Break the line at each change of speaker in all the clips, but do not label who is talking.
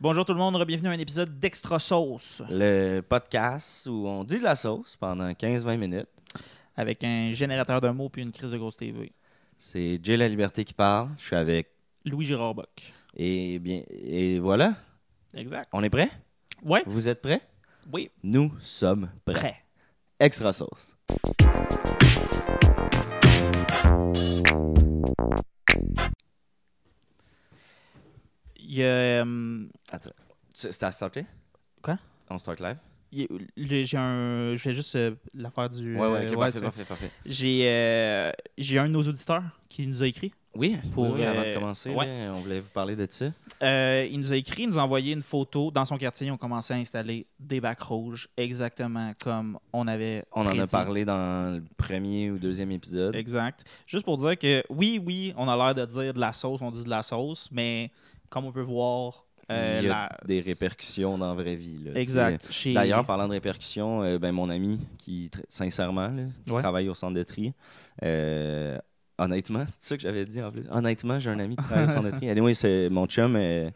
Bonjour tout le monde, bienvenue à un épisode d'Extra Sauce
Le podcast où on dit de la sauce pendant 15-20 minutes.
avec un générateur de mots puis une crise de grosse TV.
C'est Jay La Liberté qui parle. Je suis avec.
Louis Girard Bock.
Et bien, et voilà.
Exact.
On est prêt?
Ouais,
Vous êtes prêts?
oui,
Nous sommes prêts.
prêt.
Extra sauce.
Il y a, hum,
C'est c'est à starter?
Quoi?
On start live?
il y a- le- j'ai un, je vais juste euh, l'affaire du.
Ouais, ouais,
euh,
ok,
ouais,
parfait,
c'est-
parfait, parfait.
J'ai euh, j'ai un de nos auditeurs qui nous a écrit.
Oui,
Pour,
oui, oui, avant de
euh,
commencer,
ouais.
là, on voulait vous parler de ça.
Euh, il nous a écrit, il nous a envoyé une photo. Dans son quartier, ils ont commencé à installer des bacs rouges, exactement comme on avait.
On en a
prédit.
parlé dans le premier ou deuxième épisode.
Exact. Juste pour dire que oui, oui, on a l'air de dire de la sauce, on dit de la sauce, mais comme on peut voir, euh,
Il y a
la-
des répercussions dans la vraie vie. là, tu sais.
Exact. Chez-
D'ailleurs, parlant de répercussions, euh, ben, mon ami, qui tr- sincèrement, là, qui
Ouais.
travaille au centre de tri, euh, honnêtement, c'est ça que j'avais dit en plus. Honnêtement, j'ai un ami qui travaille au centre de tri. Anyway, c'est mon chum, euh,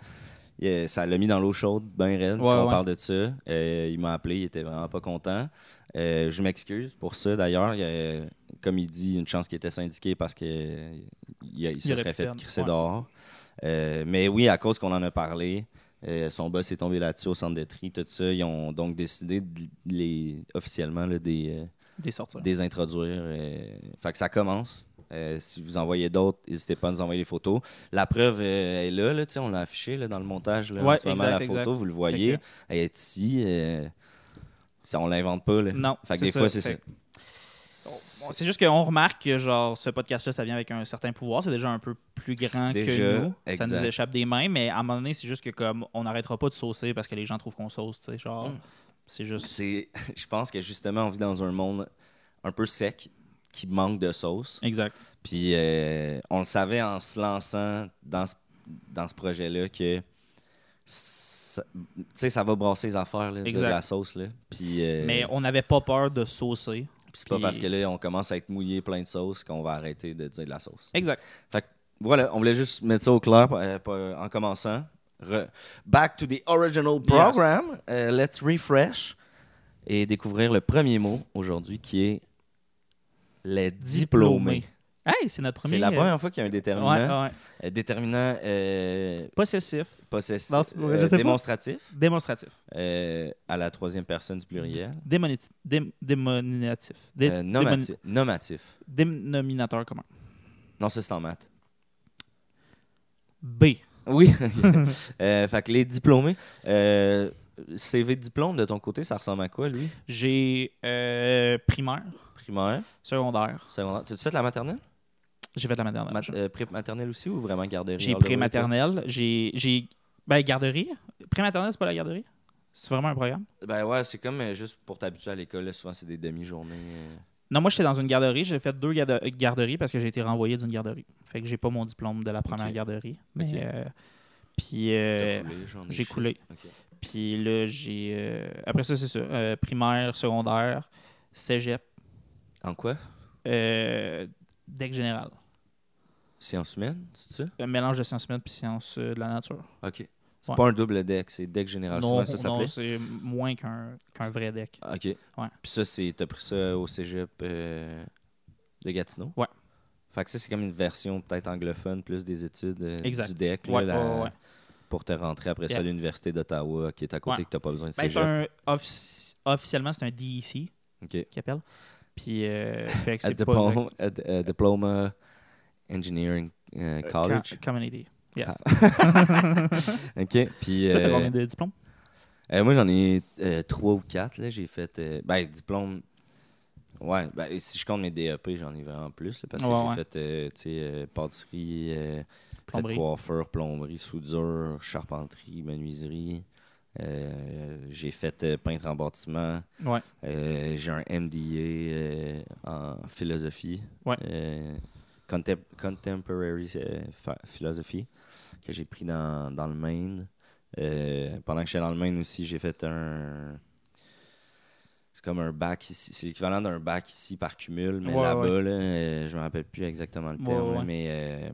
il, euh, ça l'a mis dans l'eau chaude, ben raide,
Ouais,
quand on
ouais.
parle de ça. Euh, il m'a appelé, il était vraiment pas content. Euh, je m'excuse pour ça. D'ailleurs, il y a- comme il dit, une chance qu'il était syndiqué parce que euh, il, il se
aurait
serait
pu
fait
perdre,
crisser
ouais.
dehors. Euh, mais oui, à cause qu'on en a parlé, euh, son boss est tombé là-dessus au centre de tri, tout ça. Ils ont donc décidé de les officiellement là, des, euh,
des sorties.
des introduire. euh. fait que ça commence. Euh, si vous envoyez d'autres, n'hésitez pas à nous envoyer les photos. La preuve euh, est là, là, tu sais, on l'a affichée là, dans le montage. Là,
Ouais,
en ce moment,
exact,
la
exact.
photo, vous le voyez.
Fait
Elle est ici. euh, ça, on l'invente pas. Là.
Non.
Fait que des fois, c'est ça.
Fait que- C'est juste qu'on remarque que genre ce podcast-là, ça vient avec un certain pouvoir. C'est déjà un peu plus grand
C'est
que
déjà-
nous. Ça nous
exact.
échappe des mains, mais à un moment donné, c'est juste que comme on n'arrêtera pas de saucer parce que les gens trouvent qu'on sauce, tu sais, genre.
Mm.
C'est juste.
C'est- Je pense que justement, on vit dans un monde un peu sec qui manque de sauce.
Exact.
Puis euh, on le savait en se lançant dans ce, dans ce projet-là que ça, tu sais, ça va brasser les affaires, là, de
Exact.
la sauce. Là. Puis, euh,
Mais on n'avait pas peur de saucer.
puis c'est pas
puis-
parce que là, on commence à être mouillé plein de sauce qu'on va arrêter de dire de la sauce.
Exact.
Voilà, on voulait juste mettre ça au clair euh, pas- en commençant. Re- back to the original program. Euh, let's refresh et découvrir le premier mot aujourd'hui qui est les diplômés.
Hey, c'est notre premier.
C'est la
euh,
première fois qu'il y a un déterminant.
Ouais, ah. ouais.
Euh, Déterminant euh,
Possessif,
possessif,
Non, c'est- je
euh,
sais pas.
démonstratif
démonstratif,
euh, à la troisième personne du pluriel.
démonit- dé- dénominatif, dé-
Euh,
démoni-
nomati- nomatif.
dénominateur commun.
Non, ça c'est en maths.
B.
Oui. Euh, fait que les diplômés. euh, CV de diplôme de ton côté, ça ressemble à quoi, lui
J'ai euh, primaire,
Primaire,
secondaire.
secondaire. T'as-tu fait la maternelle
J'ai fait de la maternelle.
Mat- euh, pré-maternelle aussi ou vraiment garderie
j'ai
all the way,
pré-maternelle. J'ai, j'ai ben, garderie. Pré-maternelle, c'est pas la garderie? C'est vraiment un programme?
toi? Ben ouais, c'est comme euh, juste pour t'habituer à l'école. là, souvent, c'est des demi-journées. euh.
Non, moi, j'étais dans une garderie. J'ai fait deux garde- garderies parce que j'ai été renvoyé d'une garderie. Fait que j'ai pas mon diplôme de la première
Ok.
garderie. Mais,
Ok.
euh, puis,
T'as
euh,
coulé, j'en ai
j'ai
chié.
coulé.
Ok.
Puis là, j'ai. euh, après ça, c'est ça. euh, primaire, secondaire, cégep,
En quoi
euh, deck général.
Sciences humaines, c'est ça
Un mélange de sciences humaines puis sciences euh, de la nature.
Ok. C'est
Ouais.
pas un double deck, c'est deck général.
non,
Ah, souvent, ça
non,
s'appelait. Ah,
c'est moins qu'un qu'un vrai deck.
OK. Puis ça, c'est, t'as pris ça au cégep euh, de Gatineau?
Ouais.
Fait que ça, c'est comme une version peut-être anglophone, plus des études euh,
Exact.
du DEC, là,
Ouais,
la-
ouais, ouais.
pour te rentrer après ça
Yeah.
à l'Université d'Ottawa, qui est à côté,
Ouais.
que t'as pas besoin de
Ben,
cégep.
c'est un offici- officiellement c'est un DEC
OK.
qui appelle. Puis euh, fait que
A
c'est pas exact-
diplôme- a d- a Diploma Engineering euh, College.
Com- Community. E Yes.
OK. Puis,
Toi, t'as
euh,
combien de diplômes
Euh, moi, j'en ai euh, trois ou quatre. là. J'ai fait. euh, ben, diplôme. Ouais, ben, si je compte mes DEP, j'en ai vraiment plus. là, parce que
Ouais,
j'ai
ouais.
fait euh, tu sais, euh, pâtisserie, euh,
Plomberie.
fait coiffeur, plomberie, soudure, charpenterie, menuiserie. Euh, j'ai fait euh, peintre en bâtiment.
Ouais.
Euh, j'ai un MDA euh, en philosophie.
Ouais.
Euh, contem- contemporary euh, fa- philosophy que j'ai pris dans, dans le Maine. Euh, pendant que j'étais dans le Maine aussi, j'ai fait un. C'est comme un bac ici. C'est l'équivalent d'un bac ici par cumul, mais
Ouais,
là-bas,
ouais.
là, euh, je me rappelle plus exactement le
Ouais,
terme, là,
ouais.
mais euh,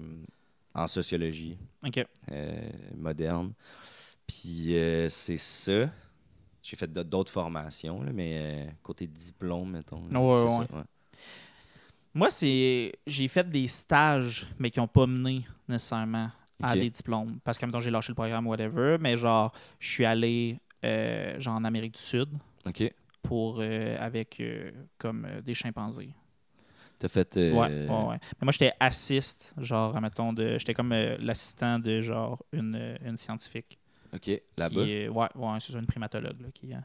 en sociologie
Ok.
euh, moderne. Puis euh, c'est ça. J'ai fait d- d'autres formations, là, mais euh, côté diplôme, mettons. là,
Ouais,
c'est
ouais.
ça, ouais.
Moi, c'est j'ai fait des stages, mais qui n'ont pas mené nécessairement à
Ok.
des diplômes. Parce qu'en même temps, j'ai lâché le programme, whatever. Mais genre, je suis allé euh, genre en Amérique du Sud
OK.
pour euh, avec euh, comme euh, des chimpanzés.
T'as fait. euh,
Ouais, ouais, ouais. Mais moi, j'étais assiste, genre, admettons, de. J'étais comme euh, l'assistant de genre une, euh, une scientifique.
OK,
qui
là-bas.
est- ouais, ouais, c'est ça, une primatologue là, qui. euh,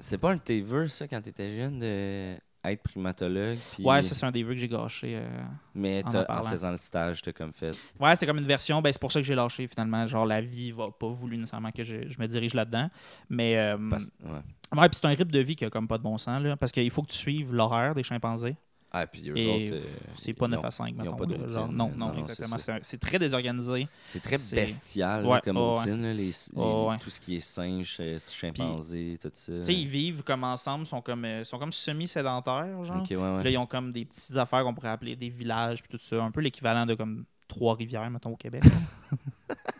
C'est pas un de tes vœux, ça, quand t'étais jeune, de être primatologue. puis-
Ouais, ça, c'est un des vœux que j'ai gâché. euh.
Mais
en en
t'as- en,
parlant.
faisant le stage, t'as comme fait.
Ouais, c'est comme une version. Ben, c'est pour ça que j'ai lâché finalement. Genre, la vie va pas voulu nécessairement que je, je me dirige là-dedans. Mais. euh,
parce- ouais.
Ouais, puis c'est un rythme de vie qui a comme pas de bon sens, là, parce qu'il faut que tu suives l'horaire des chimpanzés.
Ah, puis eux
Et
autres. euh,
C'est pas
ils
9
ont-
à 5,
ils ont
mettons.
pas de
là,
routine,
genre.
euh,
non,
non,
non,
non,
exactement.
c'est
C'est un- c'est très désorganisé.
C'est très
c'est-
bestial là,
Ouais,
comme
ouais, ouais.
routine, là, les, les-
Ouais, ouais.
tout ce qui est singe, euh, chimpanzé, tout ça.
Tu sais, ils vivent comme ensemble, sont comme, euh, sont comme semi-sédentaires, genre.
Ok, ouais, ouais.
Puis Là, ils ont comme des petites affaires qu'on pourrait appeler des villages, puis tout ça. Un peu l'équivalent de comme Trois-Rivières, mettons, au Québec.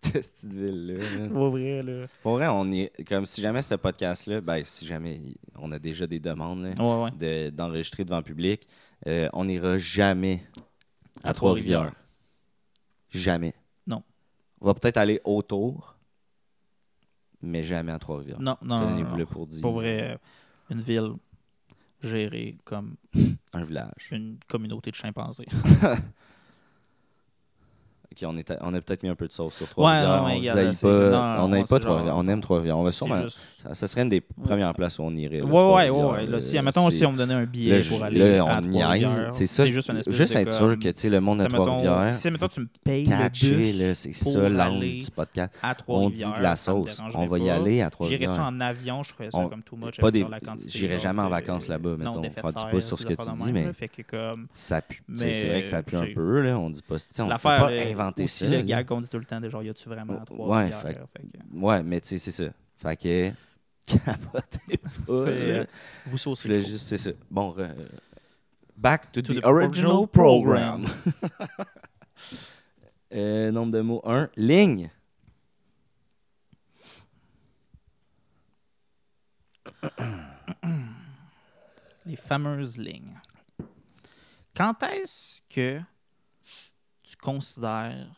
Cette petite ville-là. là.
Pas vrai, là.
Pour vrai, on est. Comme si jamais ce podcast-là, ben, si jamais on a déjà des demandes là,
Ouais, ouais.
de- d'enregistrer devant le public, euh, on n'ira jamais à,
À Trois-Rivières.
Trois-Rivières. Jamais.
Non.
On va peut-être aller autour, mais jamais à Trois-Rivières.
Non, non, non, non.
Tenez-vous le pour dire.
Pour vrai, euh, une ville gérée comme
Un village.
une communauté de chimpanzés.
Ok, on, est à- on a peut-être mis un peu de sauce sur
Ouais,
Trois-Rivières.
non, mais
on
regarde,
n'aime
c'est-
pas,
non, non,
on n'aime
non, c'est
pas
genre-
Trois-Rivières. On aime Trois-Rivières. On va
C'est
sûrement.
juste-
Ça, ça serait une des premières places où on irait. là,
Ouais, ouais, ouais,
Trois-Rivières,
ouais. Là, si,
euh,
admettons,
c'est-
si on me donnait un billet
Là,
pour
je-
aller
là,
à
on niaise.
Trois-Rivières,
C'est ça.
juste une espèce
juste
de
être sûr
comme-
que tu sais, le monde à
Ça, mettons,
Trois-Rivières.
Si, mettons, tu me payes
catché,
le
là,
bus
c'est
pour
ça l'angle
aller
du podcast.
à
On
Trois-Rivières,
dit de la
ça me
sauce.
dérangerait
On va y
pas.
aller à trois
J'irais-tu
rivières
en avion, je ferais ça
hein. On-
comme too much.
pas
avec
des-
genre la quantité,
j'irais
genre,
jamais en
de-
vacances là-bas,
non,
mettons.
d'effets
Enfin,
de
dis pas
serre,
sur ce
des
que
affaires
tu
de
dis,
même,
mais-
là. Fait que comme...
Ça pue. tu sais, C'est
Mais,
vrai que ça pue un
c'est-
peu, là. On dit pas. tu sais, On peut
L'affaire,
pas
euh,
inventer
aussi,
ça.
le
là.
gag qu'on dit tout le temps, de genre, y a-tu vraiment
Ouais,
à Trois-Rivières?
fait-
là? Fait que-
Ouais, mais tu sais, c'est ça. Fait que. Capotez pas.
C'est-
là.
Vous saucez
Puis là,
le
juste, c'est ça. Bon, re- euh, back to,
To
the,
the
original
original
program. Euh, nombre de mots 1. Ligne.
les fameuses lignes. Quand est-ce que tu considères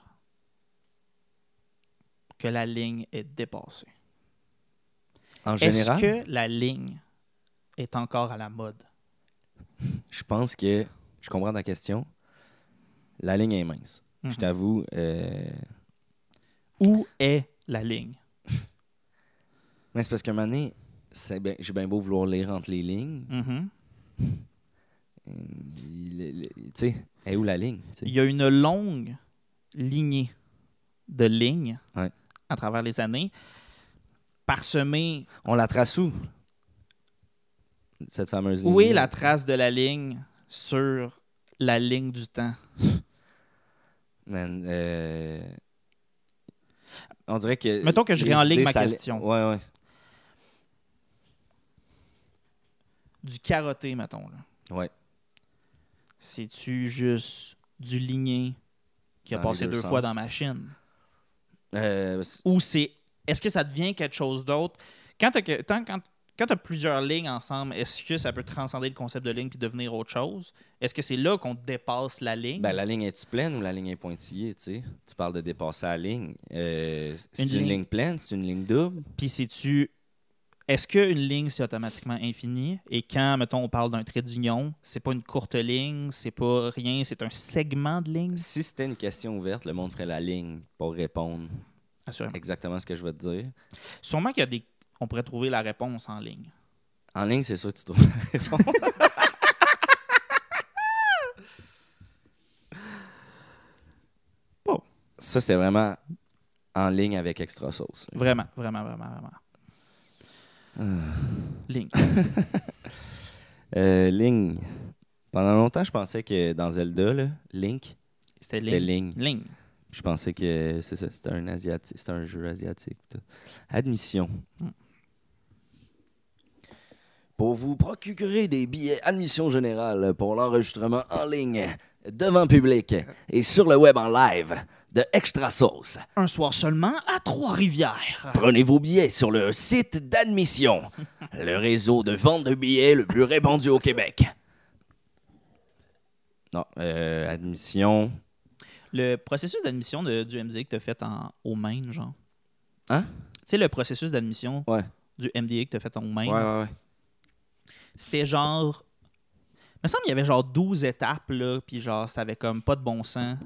que la ligne est dépassée?
En
Est-ce
général,
que la ligne est encore à la mode?
je pense que je comprends ta question. La ligne est mince.
Mhm.
Je t'avoue, euh,
Où est la ligne?
mais c'est parce qu'à un moment donné, c'est ben- j'ai bien beau vouloir lire entre les lignes.
Mhm.
Euh, il- il- Tu sais, elle est où la ligne? tu sais?
Il y a une longue lignée de lignes
Ouais.
à travers les années, parsemée
On la trace où? Cette fameuse ligne.
Où est la trace de la ligne sur la ligne du temps?
Man, euh, On dirait que.
Mettons que je
les
réenligne
idées,
ma
ça-
question.
Ouais, ouais.
Du carotté, mettons. Là.
Ouais.
C'est-tu juste du ligné qui a
Dans les
passé
deux
deux,
sens.
fois dans ma chaîne?
Euh, c'est-
Ou c'est. Est-ce que ça devient quelque chose d'autre? Quand tu as, plusieurs lignes ensemble, est-ce que ça peut transcender le concept de ligne puis devenir autre chose? Est-ce que c'est là qu'on dépasse la ligne?
ben, la ligne est-tu pleine ou la ligne est pointillée? Tu sais? Tu parles de dépasser la ligne. Euh, c'est une,
Une
ligne.
ligne.
pleine, c'est une ligne double.
Puis c'est-tu. Est-ce qu'une ligne, c'est automatiquement infini? Et quand, mettons, on parle d'un trait d'union, c'est pas une courte ligne, c'est pas rien, c'est un segment de ligne?
Si c'était une question ouverte, le monde ferait la ligne pour répondre
Assurément.
exactement ce que je vais te dire.
Sûrement qu'il y a des. On pourrait trouver la réponse en ligne.
En ligne, c'est sûr que tu trouves la réponse.
Bon.
Ça, c'est vraiment en ligne avec extra sauce.
Vraiment, vraiment, vraiment, vraiment. Ligne.
Euh, ligne. Pendant longtemps, je pensais que dans Zelda, là, Link,
C'était
C'était
ligne.
ligne.
Ligne.
Je pensais que c'est ça, c'était un asiatique, c'était un jeu asiatique. tout. Admission. Pour vous procurer des billets admission générale pour l'enregistrement en ligne devant public et sur le web en live de Extra Sauce.
Un soir seulement à Trois-Rivières.
Prenez vos billets sur le site d'admission, le réseau de vente de billets le plus répandu au Québec. Non, euh, admission.
Le processus d'admission de- du MDA que tu as fait en, au Maine, genre.
Hein?
Tu sais, le processus d'admission
Ouais.
du MDA que tu as fait au Maine,
Ouais, ouais, ouais.
c'était genre. Il me semble qu'il y avait genre 12 étapes, là, puis genre, ça avait comme pas de bon sens.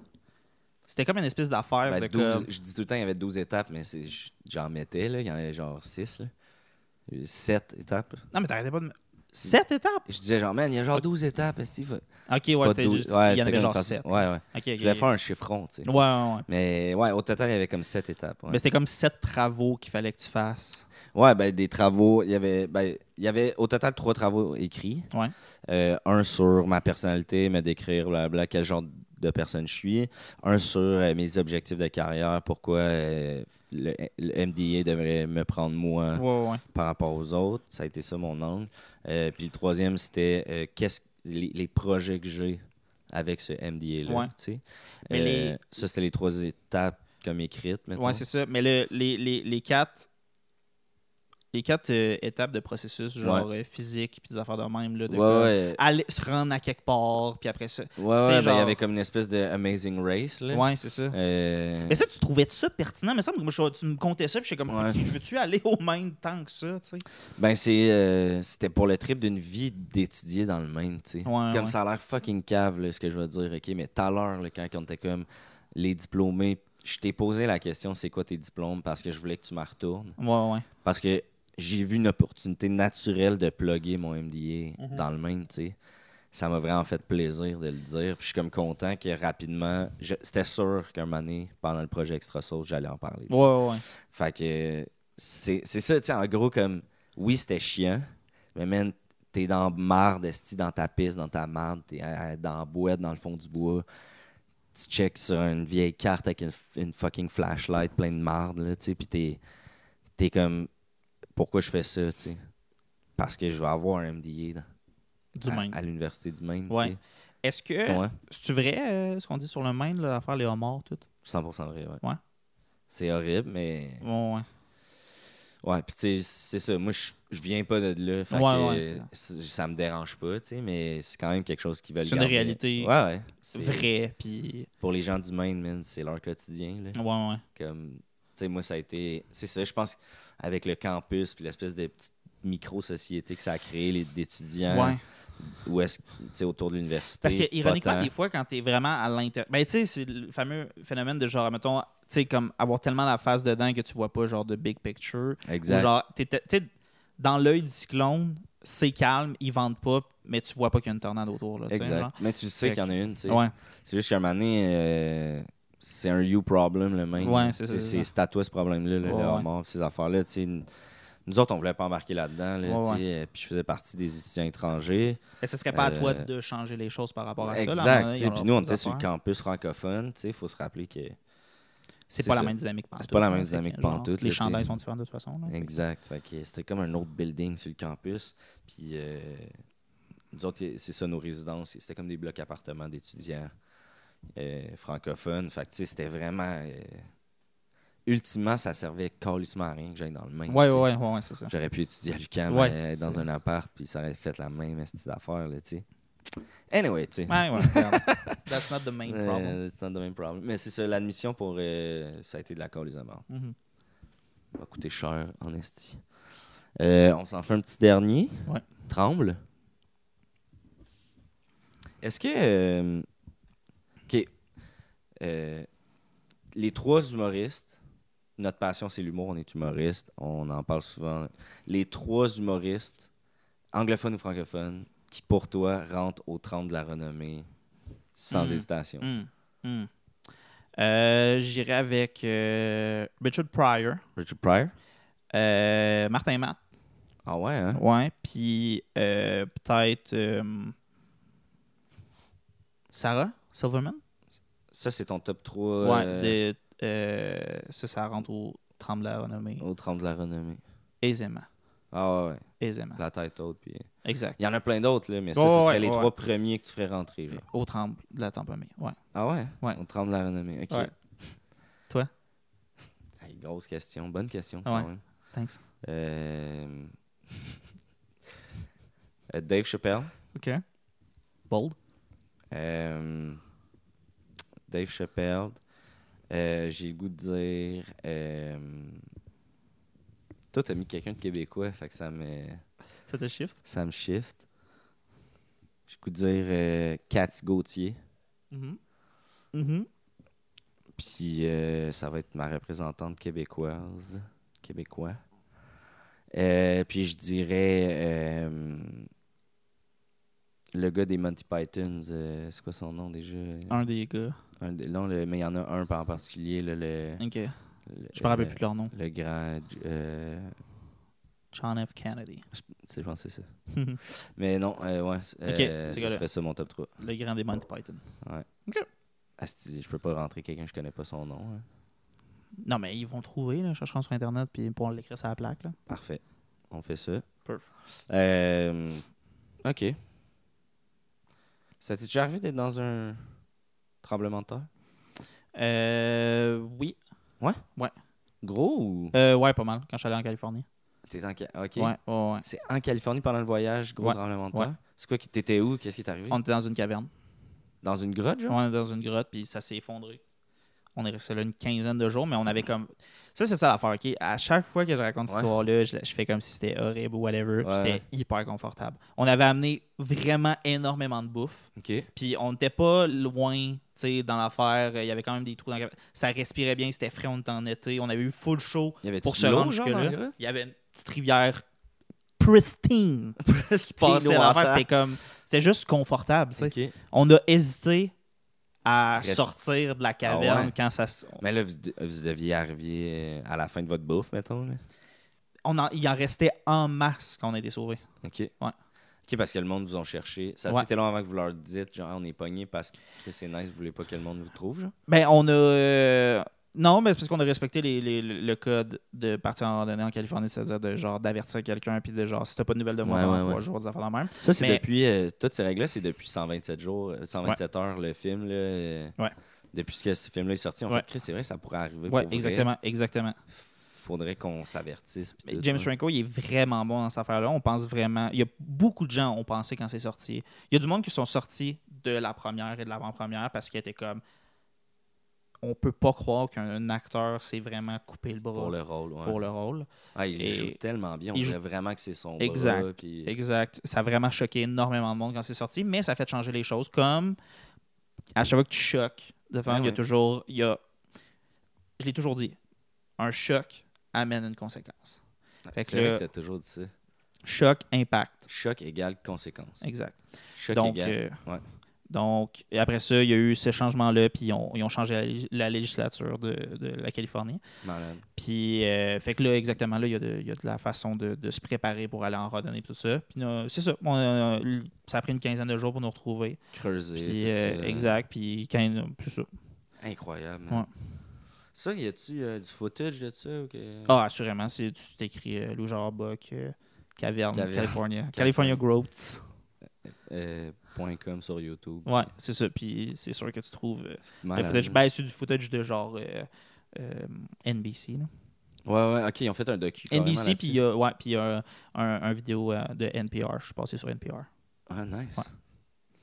C'était comme une espèce d'affaire
Ben,
de
12
comme-
Je dis tout le temps qu'il y avait 12 étapes, mais c'est- j- j'en mettais, là. Il y en avait genre 6, là. 7 étapes.
Non, mais t'arrêtais pas de. 7 étapes?
Je disais genre, man, il y a genre 12 étapes. est-ce qu'il faut-
Ok,
C'est
ouais,
pas
c'était
12
juste.
ouais,
il y en
c'était
avait
comme
genre
facile.
7.
Ouais, ouais.
Ok, ok,
Je voulais
ok.
faire un chiffron, tu sais.
Ouais, ouais, ouais.
Mais ouais, au total, il y avait comme 7 étapes. Ouais.
Mais c'était comme 7 travaux qu'il fallait que tu fasses.
Ouais, ben, des travaux. Il y avait, ben, il y avait au total trois travaux écrits.
Ouais.
Euh, un sur ma personnalité, me décrire blablabla, quel genre de personne je suis. Un sur euh, mes objectifs de carrière, pourquoi euh, le, le MDA devrait me prendre moi
Ouais, ouais, ouais.
par rapport aux autres. Ça a été ça mon angle. Euh, puis le troisième, c'était euh, qu'est-ce les, les projets que j'ai avec ce MDA-là.
Ouais.
tu sais.
Mais
Euh,
les-
Ça, c'était les trois étapes comme écrites. mettons.
Ouais, c'est ça. Mais le- les, les, les quatre. Les quatre euh, étapes de processus, genre euh, physique, puis des affaires de même, là, de
Ouais,
comme
ouais.
aller se rendre à quelque part, puis après ça.
Ouais, ouais,
T'sais,
ben, il
genre-
y avait comme une espèce de Amazing Race. Là.
Ouais, c'est ça.
Euh,
Mais ça, tu trouvais ça pertinent? Mais ça, moi, je- tu me comptais ça, puis j'étais comme,
Ouais.
Ok, je veux-tu aller au même temps que ça, tu sais?
Ben, c'est, euh, c'était pour le trip d'une vie d'étudier dans le Maine, tu sais.
Ouais,
comme
ouais.
ça a l'air fucking cave, là, ce que je veux dire, OK? Mais tout à l'heure, là, quand on était comme les diplômés, je t'ai posé la question, c'est quoi tes diplômes? Parce que je voulais que tu m'en retournes.
Ouais, ouais.
Parce que j'ai vu une opportunité naturelle de plugger mon MDA dans le Maine, tu sais. Ça m'a vraiment fait plaisir de le dire. Puis je suis comme content que rapidement, je- c'était sûr qu'un moment donné, pendant le projet Extra Sauce, j'allais en parler. tu sais.
Ouais, ouais, ouais.
Fait que c'est c'est ça, tu sais, en gros, comme oui, c'était chiant, mais man, t'es dans marde, esti, dans ta piste, dans ta marde, t'es euh, dans la boîte, dans le fond du bois. Tu checks sur une vieille carte avec une, f- une fucking flashlight pleine de marde, là, tu sais, pis t'es t'es comme, pourquoi je fais ça, tu sais? Parce que je vais avoir un MDA dans-
Du
à-
Maine.
à, l'université du Maine,
Ouais.
tu
Est-ce
sais.
que.
Ah, Ouais,
C'est-tu vrai euh, ce qu'on dit sur le Maine, là, l'affaire les homards, tout?
100% vrai, ouais.
Ouais.
C'est horrible, mais...
Ouais, ouais.
Ouais, puis tu sais, c'est ça. Moi, je je viens pas de là. Fait
Ouais,
que,
ouais,
euh,
c'est
c'est- ça me dérange pas, tu sais, mais c'est quand même quelque chose qui va
C'est une réalité
Ouais, ouais. C'est-
Vrai, puis.
Pour les gens du Maine, man, c'est leur quotidien. Là.
Ouais, ouais.
Comme, tu sais, moi, ça a été. C'est ça, je pense, avec le campus, puis l'espèce de petite micro-société que ça a créé, les d'étudiants,
Ouais.
ou est-ce que, tu sais, autour de l'université.
Parce que,
pas
ironiquement,
tant.
des fois, quand t'es vraiment à l'intérieur. Ben, tu sais, c'est le fameux phénomène de genre, mettons, tu sais, comme avoir tellement la face dedans que tu vois pas, genre, de big picture. Ou
Exact.
genre, t'es- t'es- tu sais, dans l'œil du cyclone, c'est calme, ils vendent pas, mais tu vois pas qu'il y a une tornade autour, là. tu sais, genre.
exact. Mais tu le sais
Fait
qu'il y en a une, tu sais.
Ouais.
C'est juste qu'à un moment donné, euh, c'est un you problem, le même.
Ouais, c'est ça,
Tu sais,
c'est
C'est
ça.
c'est à toi ce problème-là, là,
Ouais,
le
ouais.
homard, pis ces affaires-là. tu sais. Nous autres, on voulait pas embarquer là-dedans. là,
Ouais,
tu sais, euh, Puis je faisais partie des étudiants étrangers.
Et ce serait pas à
Euh,
toi de changer les choses par rapport à ça. là, à un moment
exact.
donné, ils
tu sais,
ont
Puis
leurs
nous, on
propres
était sur le
affaires.
campus francophone. Il faut se rappeler que.
C'est
c'est
pas la
ça.
même dynamique pantoute,
pas la
hein,
même
c'est que,
dynamique
genre,
pantoute,
Les
là, tu sais.
chandails sont différents de toute façon. là.
Exact. Fait que C'était comme un autre building sur le campus. Puis euh, nous autres, c'est ça nos résidences. C'était comme des blocs appartements d'étudiants euh, francophones. Fait que tu sais, c'était vraiment. euh, ultimement, ça servait calissement à rien que j'aille dans le même.
Ouais, ouais, ouais, ouais, c'est ça.
J'aurais pu étudier à l'UQAM,
Ouais,
euh, être dans
c'est-
un appart, puis ça aurait fait la même astuce d'affaires, là, tu sais. Anyway, tu sais.
Ouais, ouais. regarde. That's not the main problem.
Euh, c'est not the même problème. Mais c'est ça, l'admission pour. euh, ça a été de la cause des amours.
Mhm.
Ça va coûter cher, en esti. Euh, on s'en fait un petit dernier.
Ouais.
Tremble. Est-ce que. euh, OK. Euh, les trois humoristes, notre passion, c'est l'humour, on est humoriste, on en parle souvent. Les trois humoristes, anglophones ou francophones, qui pour toi rentrent au tremble de la renommée sans
Mhm.
hésitation.
Mm. Mm. Euh, J'irai avec euh, Richard Pryor,
Richard Pryor?
euh, Martin Matt,
Ah ouais, hein?
ouais, puis euh, peut-être euh, Sarah Silverman.
Ça, c'est ton top 3
Ouais,
euh,
de, euh, ça, ça rentre au tremble à renommée
au tremble de la renommée.
aisément.
Ah ouais, ouais.
aisément.
la tête haute. Puis...
Exact.
Il y en a plein d'autres, là, mais ça,
Ouais,
ce
ouais,
serait
ouais,
les
ouais.
trois premiers que tu ferais rentrer. Genre.
Au tremble de la Tempomée. Ouais.
Ah ouais?
Ouais.
On tremble la renommée. OK.
Ouais. Toi?
Hey, grosse question. Bonne question,
Ah
quand
ouais.
même.
Thanks.
Euh, euh, Dave Chappelle.
OK. Bold.
Euh, Dave Chappelle. Euh, J'ai le goût de dire. euh, Toi, t'as mis quelqu'un de québécois, fait que ça me,
Ça te shift?
ça me shift. J'ai le goût de dire euh, Cathy Gauthier.
Mhm. Mhm.
Puis euh, ça va être ma représentante québécoise. Québécois. Euh, puis je dirais. euh, le gars des Monty Pythons, euh, c'est quoi son nom déjà
Un des gars.
Un des- non, le- mais il y en a un en particulier. là, le,
OK.
le-
Je me rappelle
le-
plus de leur nom.
Le grand. euh,
John F. Kennedy.
tu sais, je pense que c'est ça. mais non, euh, ouais. c-
Ok,
euh,
ce
ce
gars-là.
serait ça mon top 3.
Le grand des Monty Python.
Asti, je peux pas rentrer quelqu'un, je connais pas son nom. hein.
Non, mais ils vont le trouver, là, chercheront sur Internet, puis on l'écrire sur la plaque. Là.
Parfait. On fait ça.
Perf.
Euh, ok. Ça t'est déjà arrivé d'être dans un tremblement de terre
Euh, oui.
Gros ou.
Euh, ouais, pas mal, quand je suis allé en Californie.
T'es en. Ca- Ok.
Ouais, ouais, ouais.
C'est en Californie pendant le voyage, gros
Ouais,
tremblement de
ouais.
terre. C'est quoi qui t'étais où Qu'est-ce qui t'est arrivé
On était dans une caverne.
Dans une grotte, genre
On était dans une grotte, puis ça s'est effondré. On est resté là une quinzaine de jours, mais on avait comme. Ça, c'est ça l'affaire, OK? À chaque fois que je raconte cette
Ouais.
histoire-là, je, la- je fais comme si c'était horrible ou whatever.
Ouais.
C'était hyper confortable. On avait amené vraiment énormément de bouffe,
Ok.
puis on n'était pas loin, tu sais, dans l'affaire. Il y avait quand même des trous dans la caverne. Ça respirait bien, c'était frais, on était en été. On avait eu full chaud
Il y avait
pour
de
se
l'eau,
rendre
genre, dans la
jusque-là.
grotte?
Il y avait une petite rivière pristine qui passait. L'affaire, c'était comme. C'était juste confortable, tu sais.
Ok.
On a hésité à
Reste-
sortir de la caverne
Ah ouais?
quand ça. s-
Mais là, vous, de- vous deviez arriver euh, à la fin de votre bouffe, mettons. Là.
On en- il en restait en masse qu'on a été sauvés.
OK. OK, parce que le monde vous ont cherché. Ça a
Ouais.
été long avant que vous leur dites, genre, Ah, on est pogné parce que Chris, c'est nice, vous voulez pas que le monde vous trouve, genre.
Ben, on a. euh, Non, mais c'est parce qu'on a respecté les- les- le code de partir en randonnée en Californie, c'est-à-dire de genre d'avertir quelqu'un puis de genre si t'as pas de nouvelles de moi
Ouais,
dans
ouais,
trois
ouais.
jours, des affaires de même.
Ça, c'est
Mais-
depuis. euh, toutes ces règles-là, c'est depuis 127 jours, euh, 127 heures, le film, là. euh,
Ouais.
Depuis que ce film-là est sorti, on
Ouais.
fait, Chris, c'est vrai, ça pourrait
Ouais,
arriver. pour vrai.
exactement, exactement.
Faudrait qu'on s'avertisse. pis
Mais
tout, hein,
James
ouais.
Franco, il est vraiment bon dans cette affaire-là. On pense vraiment. Il y a beaucoup de gens ont pensé quand c'est sorti. Il y a du monde qui sont sortis de la première et de l'avant-première parce qu'ils étaient comme. On peut pas croire qu'un acteur s'est vraiment coupé le bras
Pour le rôle, ouais.
pour le rôle.
Ah, il
Et-
joue tellement bien, on
il joue-
dirait vraiment que c'est son
Exact.
bras, pis-
Exact. Ça a vraiment choqué énormément de monde quand c'est sorti, mais ça a fait changer les choses. Comme à chaque fois que tu choques, de faire,
Ouais,
il y a
ouais.
toujours. Il y a... Je l'ai toujours dit. Un choc amène une conséquence. Fait que
C'est vrai
le-
que t'as toujours dit ça.
Choc, impact.
Choc égale conséquence.
Exact.
Choc
Donc,
égale.
euh,
ouais.
donc et après ça, il y a eu ce changement-là, puis ils ont, ils ont changé la, lég- la législature de, de la Californie.
Malade.
Puis, euh, fait que là, exactement, là, il y a de, il y a de la façon de, de se préparer pour aller en randonnée, puis tout ça. Puis, là, c'est ça. on a- ça a pris une quinzaine de jours pour nous retrouver.
Creuser.
Puis,
tout
euh,
ça. hein.
exact. Puis, quand, c'est ça.
Incroyable.
Ouais.
Ça, y a-tu euh, du footage de ça ou que...
Ah, assurément, c'est, tu t'écris euh, Lou Jarre Bock, euh, Caverne,
Caverne.
California. California Growths.
Euh, point .com sur YouTube.
Ouais, c'est ça. Puis, c'est sûr que tu trouves. euh, le
Malade.
footage, ben, c'est du footage de genre euh, euh, NBC, là.
Ouais, ouais, ok, ils ont fait un docu. carrément
NBC,
là-dessus.
puis euh, il y a, ouais, puis il y a un, un vidéo euh, de NPR. Je suis passé sur NPR.
Ah, nice.
Ouais.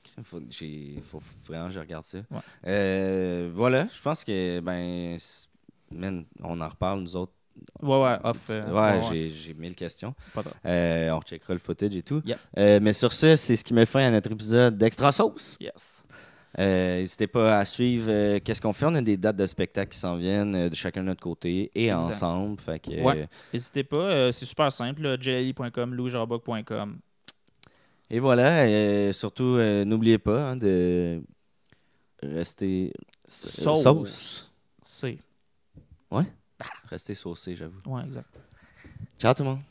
Crème, Faut, j'ai- faut vraiment que je regarde ça.
Ouais.
Euh, voilà, je pense que, ben, c'est- man, on en reparle, nous autres.
Ouais, ouais, off. euh,
ouais,
ouais,
j'ai- j'ai mille questions.
pas tard.
Euh, on checkera le footage et tout.
Yep.
Euh, mais sur ce, c'est ce qui met fin à notre épisode d'Extra Sauce.
Yes.
Euh, N'hésitez pas à suivre euh, qu'est-ce qu'on fait. On a des dates de spectacle qui s'en viennent euh, de chacun de notre côté et
Exact.
ensemble. Fait que, euh,
Ouais. N'hésitez pas, euh, c'est super simple. jelly.com, loujarbog.com.
Et voilà. euh, surtout, euh, n'oubliez pas hein, de rester s- euh,
Sauce. C'est.
Rester saucé, j'avoue.
Ouais, exact.
Ciao tout le monde.